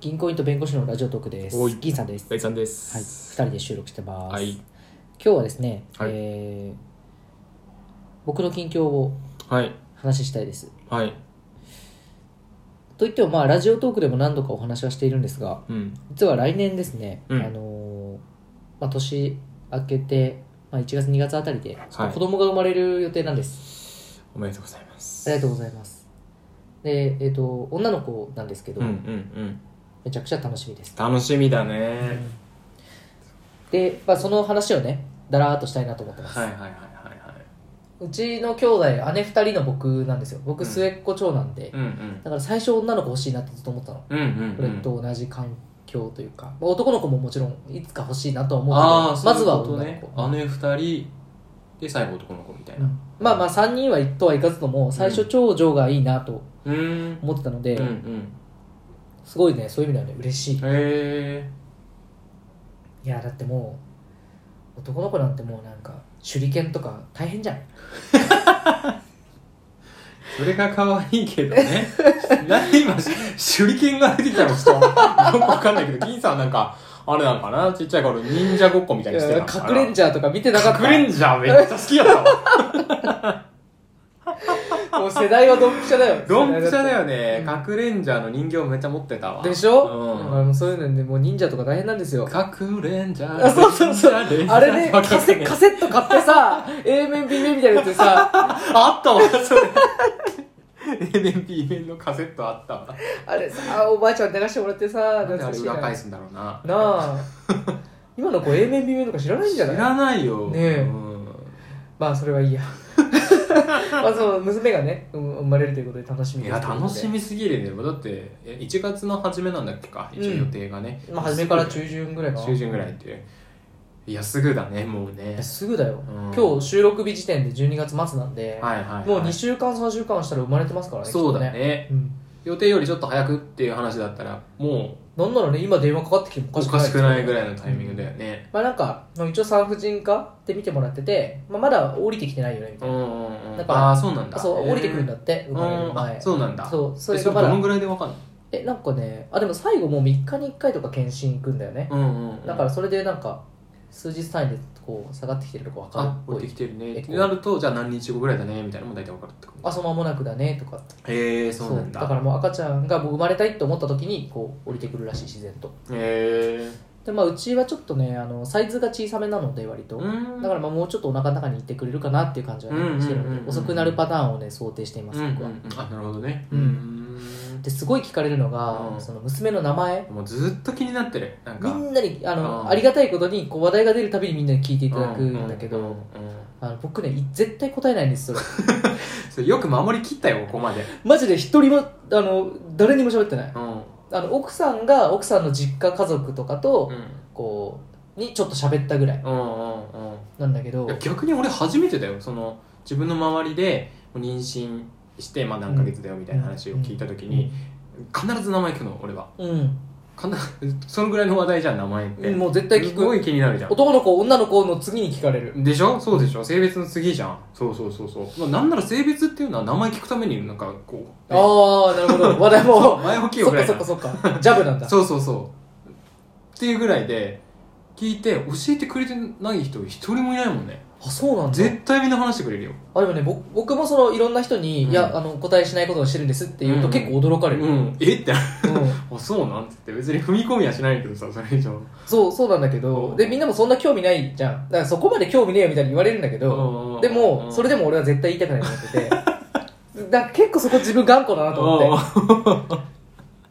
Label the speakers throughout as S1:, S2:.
S1: 銀行員と弁護士のラジオトークです
S2: おい。
S1: 銀さんです。
S2: 大地さんで
S1: はい、
S2: す。
S1: 二人で収録してます。
S2: はい
S1: 今日はですね、
S2: はい
S1: えー僕の近況を
S2: はい。
S1: 話したいです。
S2: はい。
S1: といっても、まあ、ラジオトークでも何度かお話はしているんですが、
S2: うん。
S1: 実は来年ですね、
S2: うん
S1: あのーまあ、年明けて、まあ、1月、2月あたりで、
S2: はい
S1: 子供が生まれる予定なんです。
S2: おめでとうございます。
S1: ありがとうございます。で、えっ、と、女の子なんですけど、
S2: うんうんうん。
S1: めちゃくちゃ楽しみです。
S2: 楽しみだね。
S1: で、まあ、その話をね、だらーっとしたいなと思ってます。
S2: はいはいはいはい。
S1: うちの兄弟姉2人の僕なんですよ僕
S2: うん
S1: 末っ子長男で、
S2: うんうん。
S1: だから最初女の子欲しいなってずっと思ったの
S2: うんうんうん。
S1: これと同じ環境というか、まあ男の子ももちろんいつか欲しいなとは思うけど
S2: ああ、
S1: まずは
S2: そう
S1: 女
S2: い
S1: の
S2: うこ
S1: 子
S2: とね。姉二人で最後男の子みたい
S1: うん
S2: な。
S1: まあまあ3人はとはいかずとも最初長女がいいなと
S2: うーん。
S1: 思ってたので、
S2: うんうん。
S1: すごいねそういう意味ではね嬉しい、
S2: へえ。
S1: いやだってもう男の子なんてもうなんか手裏剣とか大変じゃん
S2: それが可愛いけ どね。なんで今、手裏剣が出てきたのちょっと、よくわかんないけど、銀さんなんか、あれなのかなちっちゃい頃、忍者ごっこみたいにしてたのかな
S1: 隠れんじゃーとか見てなかった
S2: 隠れんじゃんめっちゃ好きやったわ。
S1: もう世代はドンピシャだよ
S2: ドンピシャだよね
S1: う。ん
S2: カクレンジャーの人形めっちゃ持ってたわ。
S1: でしょ、だから
S2: う
S1: もうそういうのでもう忍者とか大変なんですよ
S2: ん。カクレンジャ
S1: あ
S2: ー。
S1: そうそうそう
S2: 忍者レンジャー
S1: あれねカセ
S2: わかんない
S1: カセット買ってさ A 面 B 面みたいなやつで さ
S2: あったわ、それ。A 面 B 面のカセットあったわ。
S1: あれさおばあちゃんに流してもらってさ
S2: なんであれ裏
S1: な
S2: 返
S1: な
S2: すんだろうな。
S1: あ今の子 A 面 B 面とか知らないん
S2: 知
S1: じゃない
S2: らないよ。
S1: ねえ
S2: うん
S1: まあそれはい いやまあその娘がねうん生まれるということで楽しみ
S2: い
S1: です
S2: や、楽し
S1: み
S2: みすぎるよね。だって、え1月の初めなんだっけか。一応予定がね。
S1: まあ初めから中旬ぐらいかな
S2: 中旬ぐらいっていう。いや、すぐだね、もうね
S1: え。すぐだよ、
S2: うん
S1: 今日収録日時点で12月末なんで、
S2: はいはいはい。
S1: もう2週間3週間したら生まれてますからね
S2: そう
S1: きっ
S2: だ
S1: と
S2: ね。
S1: うん
S2: 予定よりちょっと早くっていう話だったらも
S1: なんならね今電話かかってきても
S2: うおかしくないぐ
S1: い
S2: らいのタイミングだよね
S1: まあなんか一応産婦人科って見てもらってて、まあ、まだ降りてきてないよねみ
S2: う
S1: た
S2: ん
S1: いうな、
S2: んうん
S1: だから
S2: ああそうなんだ
S1: あそう降りてくるんだ
S2: っ
S1: って
S2: う
S1: 生まれる
S2: ん
S1: 前
S2: あそうなんだ
S1: そうそ
S2: そ
S1: れ
S2: れ
S1: が
S2: そ
S1: ま
S2: れどの
S1: だ
S2: ぐらいでわかんの
S1: えなんかねあでも最後もう3日に1回とか検診行くんだよね、
S2: うんうんうん
S1: だからそれでなんか数日単位でこう下がってきてるとか分かる
S2: あ
S1: っ
S2: 降
S1: ぽ
S2: りてき
S1: い
S2: てるね
S1: え
S2: ってなるとじゃあ何日後ぐらいだねみたいなのも大体わかるってこ
S1: あそう間もなくだねとか
S2: とへえそうなんだ
S1: だからもう赤ちゃんがもう生まれたいと思った時にこう降りてくるらしい自然と
S2: へえ
S1: でまあうちはちょっとねあのサイズが小さめなので割と、
S2: うん
S1: だからまあもうちょっとお腹の中にいてくれるかなっていう感じはね
S2: うんうんうんうん
S1: してるので遅くなるパターンをね想定しています
S2: うんうん
S1: 僕は、
S2: うんあなるほどね
S1: う
S2: うんん
S1: ですごい聞かれるのが、
S2: うん
S1: その娘の名前
S2: もうずっと気になってるなん
S1: み
S2: か
S1: んなにあの、
S2: うん
S1: ありがたいことにこう話題が出るたびにみんなに聞いていただく
S2: うん
S1: だけど、
S2: うんうん
S1: あの僕ねい絶対答えないんですよ
S2: それよく守りきったよここまで
S1: マジで一人もあの誰にも喋ってない
S2: うん
S1: あの奥さんが奥さんの実家家族とかと、
S2: うん
S1: こうにちょっと喋ったぐらい
S2: うんうんうん
S1: なんだけど
S2: いや逆に俺初めてだよその自分の周りでもう妊娠して、まあ、何ヶ月だよみたいな話を聞いた時に、必ず名前聞くの俺は
S1: うん、
S2: 必ず そのぐらいの話題じゃん名前って、
S1: うんもう絶対聞
S2: す
S1: く
S2: ごい気になるじゃん
S1: 男の子女の子の次に聞かれる
S2: でしょそうでしょ性別の次じゃんそうそうそうそう、まあ、なんなら性別っていうのは名前聞くためになんかこう、ね
S1: ああなるほ ど話題も
S2: 前置きよ
S1: そっ
S2: ぐら
S1: か
S2: い
S1: そっかそっかジャブなんだ
S2: なそうそうそうっていうぐらいで聞いて教えてくれてない人一人もいないもんね
S1: あそうなんだ
S2: 絶対みんな話してくれるよ
S1: あでもね僕僕もそのいろんな人に、
S2: うん
S1: いやあのお答えしないことをしてるんですって言うと
S2: うん
S1: 結構驚か
S2: う
S1: れる、うん
S2: んえってあそうなんつって別に踏み込みはしないけどさそれ以上
S1: そうそうなんだけど
S2: うん
S1: でみんなもそんな興味ないじゃんだからそこまで興味ねえよみたいに言われるんだけどでもそれ
S2: で
S1: でも俺は絶対言いたくないと思ってて だから結構そこ自分頑固だなと思って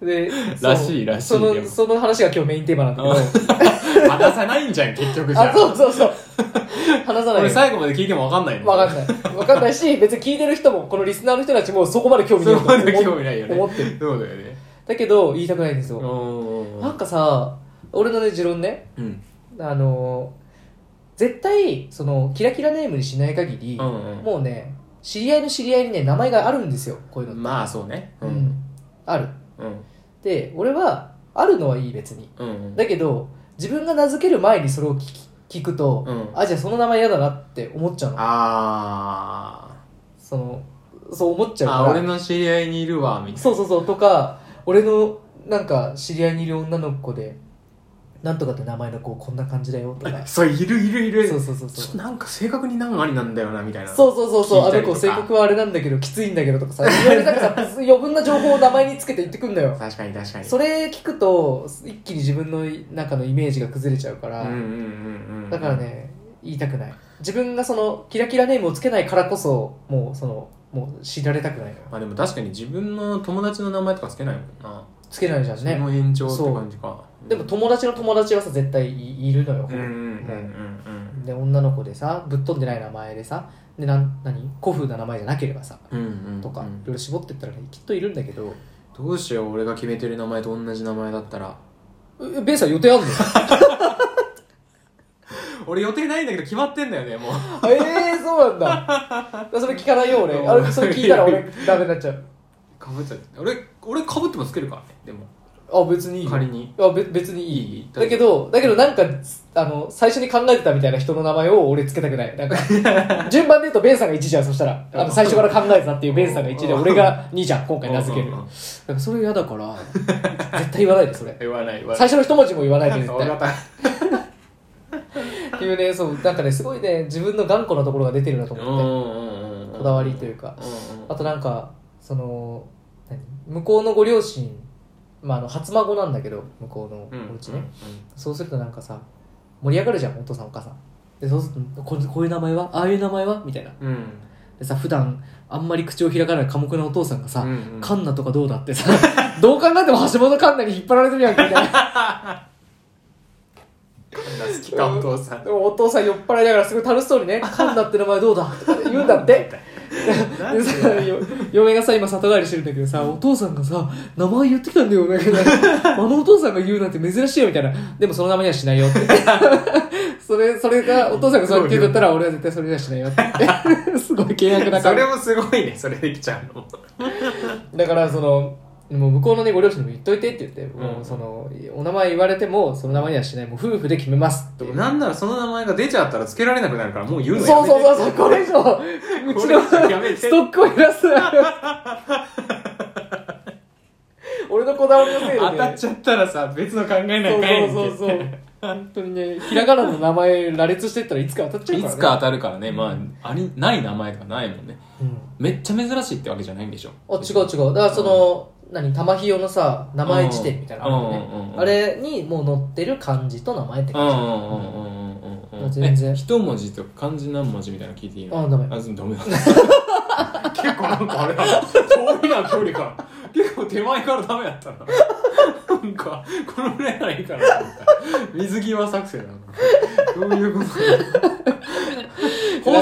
S1: で、そう
S2: らしいらしい
S1: そ
S2: で
S1: の、
S2: も
S1: その話が今日メインテーマなんだけ
S2: 話さないんじゃん結局じ
S1: ど、
S2: ゃ
S1: あ、
S2: ん
S1: そうそう そう。話さな
S2: 俺
S1: いよ。
S2: 最後まで聞いても分かんない
S1: わか
S2: い
S1: んない。わかんないし、別に聞いてる人も、このリスナーの人たちもそこまで興味
S2: そ
S1: ない
S2: れ
S1: と思
S2: ま
S1: う
S2: で興味ないよ
S1: 思
S2: ね
S1: ってる。
S2: そうだよね
S1: だけど、言いたくないんです
S2: う
S1: よ。
S2: ん
S1: なんかさ、俺のね、持論ね、
S2: うん
S1: あのー、絶対、その、キラキラネームにしない限り、
S2: うん
S1: もうね、知り合いの知り合いにね、名前があるんですよ、こういうのって。
S2: まあそうね
S1: う、ん。ある。
S2: うん
S1: で、俺は、あるのはいい、別に。
S2: うん
S1: だけど自分が名付ける前にそれを聞き聞くと、
S2: うん
S1: あじゃあその名前嫌だなって思っちゃうの
S2: あ
S1: そのそう思っち
S2: ー
S1: ゃう
S2: あ
S1: から
S2: 俺の知り合いにいるわみたいな
S1: そうそうそうとか俺のなんか知り合いにいる女の子でなんとかって名前の子こんな感じだよと か
S2: そういるいるいる
S1: そうそうそう
S2: ちょっ
S1: そう
S2: となんか正確に何ありなんだよなみたいな
S1: そうそうそうそう
S2: 聞い
S1: あ
S2: た
S1: の
S2: り
S1: 子
S2: とか
S1: 性格はあれなんだけどきついんだけどとかさいろいろなんかさ余分な情報を名前につけて言ってくんだよ
S2: 確かに確かに
S1: それ聞くと一気に自分の中のイメージが崩れちゃうから、
S2: うんうんうんうん
S1: だからね言いたくない自分がそのキラキラネームをつけないからこそもうそのもう知られたくないのよ
S2: まあでも確かに自分の友達の名前とかつけないもんな
S1: つけないじゃん
S2: そ
S1: ね
S2: の延長って感じか
S1: でも友達の友達はさ絶対いいるのよ、
S2: うんうんうんうん
S1: で女の子でさぶっ飛んでない名前でさでなん何古風な名前じゃなければさ
S2: うんうんうん
S1: とか
S2: う
S1: い
S2: ん
S1: ろいろ絞ってったらねきっといるんだけど
S2: どうしよう俺が決めてる名前と同じ名前だったら
S1: えベンさん予定あんの
S2: 俺予定ないんだけど決まってんだよねもう
S1: ええそうなんだ それ聞かないよ俺あれそ れ聞いたら俺ダメになっちゃう
S2: かぶっちゃって俺俺かぶってもつけるからねでも
S1: あ別にいいよ
S2: 仮に
S1: あべ別にいい
S2: いい
S1: だけどだけどなんかあの最初に考えてたみたいな人の名前を俺つけたくないなんか 順番で言うとベンさんが1じゃんそしたらあの最初から考えてたっていうベンさんが1で
S2: うん
S1: 俺が2じゃん今回名付ける
S2: うん
S1: だ
S2: うんうん
S1: からそれ嫌だから絶対言わないでそれ
S2: 言わない言わない
S1: 最初の一文字も言わないで絶
S2: わか
S1: 対
S2: った
S1: っていうねそうなんかねすごいね自分の頑固なところが出てるなと
S2: うん
S1: 思って
S2: うんうん
S1: こだわりというか
S2: うんうん
S1: あとなんかその何向こうのご両親まああの初孫なんだけど向こうのお家ね、そうするとなんかさ盛り上がるじゃんお父さんお母さんでそうするとここういう名前はああいう名前はみたいな
S2: うんうん
S1: でさ普段あんまり口を開かない寡黙なお父さんがさ、
S2: うんうん
S1: カンナとかどうだってさ どう考えても橋本環奈に引っ張られてるやんけみたいな
S2: 好きかお父さ ん
S1: でもお父さん酔っ払いながらすごい楽しそうに ね「カンナって名前どうだ?」とかって言うんだって
S2: なん
S1: で
S2: で
S1: さよ嫁がさ今里帰りしてるんだけどさお父さんがさ名前言ってきたんだよなん かあのお父さんが言うなんて珍しいよみたいなでもその名前にはしないよって それそれがお父さんがそう言って言うんだったら俺は絶対それにはしないよって言って すごい契約だか
S2: それ
S1: ら
S2: もすごいねそれできちゃうの
S1: だからそのもう向こうのねご両親にも言っといてって言って、も
S2: うん
S1: うそのお名前言われてもその名前にはしないもう夫婦で決めますっていう
S2: なんならその名前が出ちゃったらつけられなくなるからもう言うのや
S1: そう
S2: めて
S1: そうそうそうこれ以上うちの
S2: これ以上やめて
S1: ストックを減ら す俺のこだわりのせいで、ね、
S2: 当たっちゃったらさ別の考えないかい
S1: そうそうそうそう本当にねひらがなの名前羅列してったらいつか当たっちゃう
S2: い
S1: から、ね、
S2: つか当たるからねまあありない名前とかないもんね
S1: うん
S2: めっちゃ珍しいってわけじゃないんでしょ
S1: あ違う違うだからその、何玉ひよのさ名前辞典みたいなのあるよ
S2: うんうんうん
S1: ね
S2: うん
S1: あれにもう載ってる漢字と名前って
S2: うんうん
S1: 感
S2: うんうんうんうんうん
S1: 全然
S2: え一文字と漢字何文字みたいなの聞いていい
S1: じ、
S2: の
S1: あダメ
S2: あ、そうダメだ。結構なんかあれだな。遠いな、距離から。結構手前からダメだったな。なんか、このぐらいならいいかなと思った。水際作戦なのかな。どういうこと 方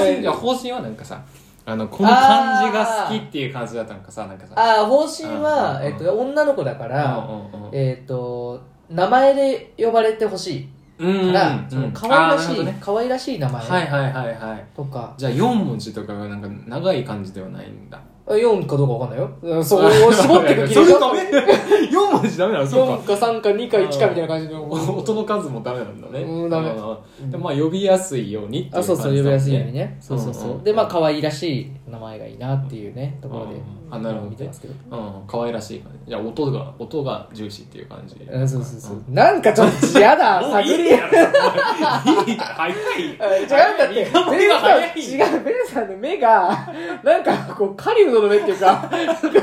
S2: 針、いや、方針はなんかさ、あの、この感じが好きっていう感じだったのかさ、なんかさ。
S1: ああ方針は、
S2: うんうんうん
S1: えっと女の子だか
S2: う
S1: ら、
S2: んうんうん
S1: えっ、と名前で呼ばれてほしい
S2: う
S1: か
S2: ん
S1: ら、その可愛らし
S2: あーなるほ
S1: い、
S2: どね
S1: 可愛らしい名
S2: はい
S1: 前
S2: はいはいはい。
S1: とか、
S2: じゃあ4文字とかがなんか長い感じではないんだ。
S1: 四4かどうかわかんないようんそう絞ってく気
S2: そ
S1: でし
S2: れ
S1: ょ
S2: ダメ ?4 文字ダメなのそうか
S1: 4。か3か2か1かみたいな感じで
S2: 音の数もダメなんだね。
S1: うんダメ
S2: うんでまあ呼びやすいようにってい
S1: あそうそう呼びやすいようにね
S2: そ
S1: そうう
S2: そ
S1: そうう
S2: そう
S1: そう、でまあ可愛らしい名前がいいなっていうねところで、
S2: うんあなるほどね
S1: 見てますけど
S2: 感じ。うん、可愛らしい感じ。いや音が音が重視っていう感じ。
S1: あそうそうそう、なんかちょっと嫌だ
S2: もう
S1: 探
S2: いい
S1: り合い
S2: やろ。いい早い。
S1: あ違うんだって、ベンさん、
S2: 目が早い。
S1: 違う、ベンさんの目が、なんかこう、狩人の目っていうか、なん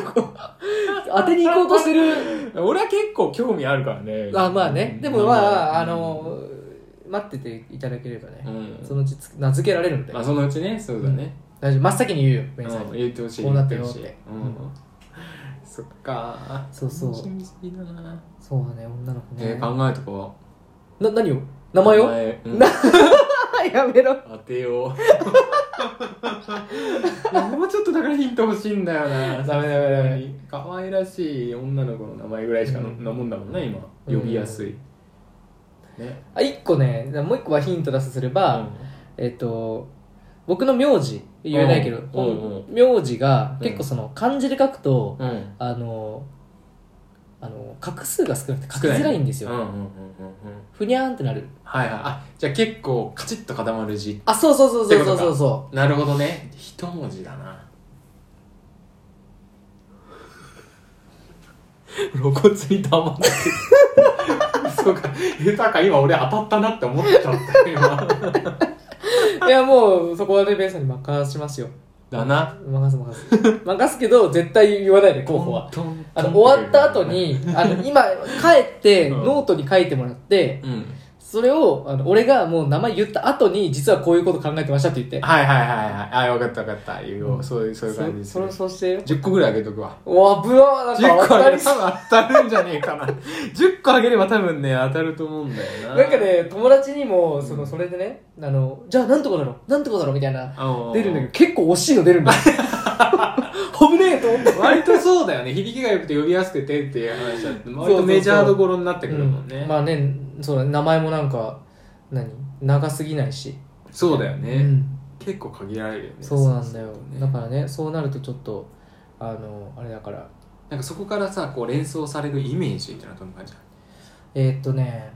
S1: かこう、当てに行こうとしてる。
S2: 俺は結構興味あるからね。
S1: あまあね、でもまあ、あ
S2: うん、
S1: の、待ってていただければね、
S2: うん
S1: そのうちつ名付けられるんで
S2: まあ、そのうちね、そうだね。
S1: 大丈夫、真っ先に言うよ、ベンさん
S2: うん、
S1: に。
S2: 言ってほしい。
S1: こうなったよ
S2: 言
S1: って
S2: ほしい
S1: うん
S2: うん。そっか。
S1: そうそう
S2: 楽しみすぎだな。
S1: そうだね、女の子
S2: え
S1: ね
S2: ー。考えとこう。
S1: な、何を名前を
S2: うん
S1: やめろ。
S2: 当てよういや もうちょっとだからヒント欲しいんだよな
S1: ダメダメダメ
S2: 可愛らしい女の子の名前ぐらいしかの
S1: うん
S2: なもんだもんね今
S1: うん
S2: 呼びやすい、ね
S1: あ、一個ね、もう一個はヒント出すとすれば、えっ、と、僕の名字、言えないけど、
S2: うん
S1: この
S2: う
S1: 名字が
S2: うん
S1: 結構その漢字で書くと、
S2: うん、うん、
S1: あの、あの、画数が少なくて書きづらいんです
S2: うん
S1: よ。
S2: うんうんうんうん
S1: ふにゃーんってなる。
S2: はいはいあじゃあ結構カチッと固まる字
S1: あ、そうそうそうそうそうそうそ
S2: なるほどね一 文字だな露骨に黙ってて そうか下手か今俺当たったなって思っちゃった今
S1: いやもうそこはねベンさんに任しますよ
S2: だな
S1: 任す任す任すけど絶対言わないで候補は
S2: トントン
S1: あ
S2: トン
S1: の終わった後にあの今帰って
S2: うん
S1: ノートに書いてもらって
S2: うん
S1: それをあの俺がもう名前言った後に実はこういうこと考えてましたって言って
S2: はいはいはいはいあよかったよかった言おう、
S1: うん
S2: そういうそういう感じです
S1: そそ
S2: ね
S1: れそうしてよ
S2: 10個ぐらいあげとくわ
S1: うわぶわーなん
S2: 10個
S1: か当た
S2: あ
S1: り
S2: げた
S1: そう
S2: ら当たるんじゃねえかな10個あげれば多分ね当たると思うんだよな
S1: なんかね友達にもその
S2: うん
S1: それでねあのじゃあなんとかだろうなんとかだろうみたいな
S2: あのー
S1: 出るんだけど結構惜しいの出るんだ よ危ねえと思って
S2: 割とそうだよね響きが良くて呼びやすくてっていう話だって割とメジャーどころになってくるもんね、
S1: うんまあねそうだね名前もなんか何長すぎないし、
S2: そうだよ
S1: う
S2: ね、
S1: ん、
S2: 結構限られるよね
S1: そうなんだよ
S2: そうするとね
S1: だからねそうなるとちょっとあのあれだから
S2: なんかそこからさこう連想されるイメージっていうのはどんな感じなの
S1: えーっとね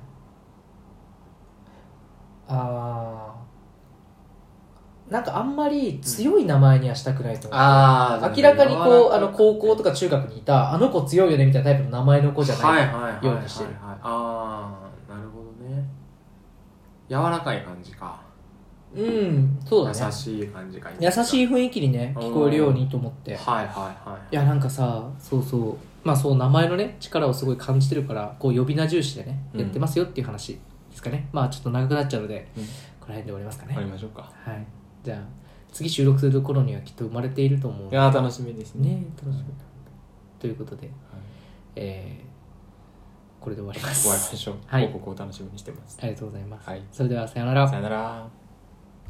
S1: あーなんかあんまり強い名前にはしたくないと思う、
S2: あー
S1: 明らかにこうあの高校
S2: と
S1: とか中学にいたあの子強いよねみたいなタイプの名前の子じゃない、
S2: はいはいはいはい
S1: よ
S2: は
S1: う
S2: い
S1: にしてる
S2: ああなるほどね柔らかい感じか
S1: うんそうだ
S2: 優
S1: ね
S2: しい感じか
S1: 優し
S2: い
S1: い雰囲気にね聞こえるようにと思って
S2: はいはいはい
S1: いやなんかさそうそうまあそう名前のね力をすごい感じてるからこう呼び名重視でね、
S2: うん
S1: やってますよっていう話ですかねまあちょっと長くなっちゃうので、
S2: うん
S1: この辺で終わりますかね
S2: 終わ
S1: はい
S2: りましょうか
S1: じゃあ次収録する頃にはきっと生まれていると思う
S2: いやー楽しみですね
S1: ねえ楽しみだということで、えーこれで終わります
S2: 終わりましょう
S1: はい
S2: 報告を楽しみにしてます
S1: ありがとうございます、
S2: はい
S1: それではさようなら
S2: さよなら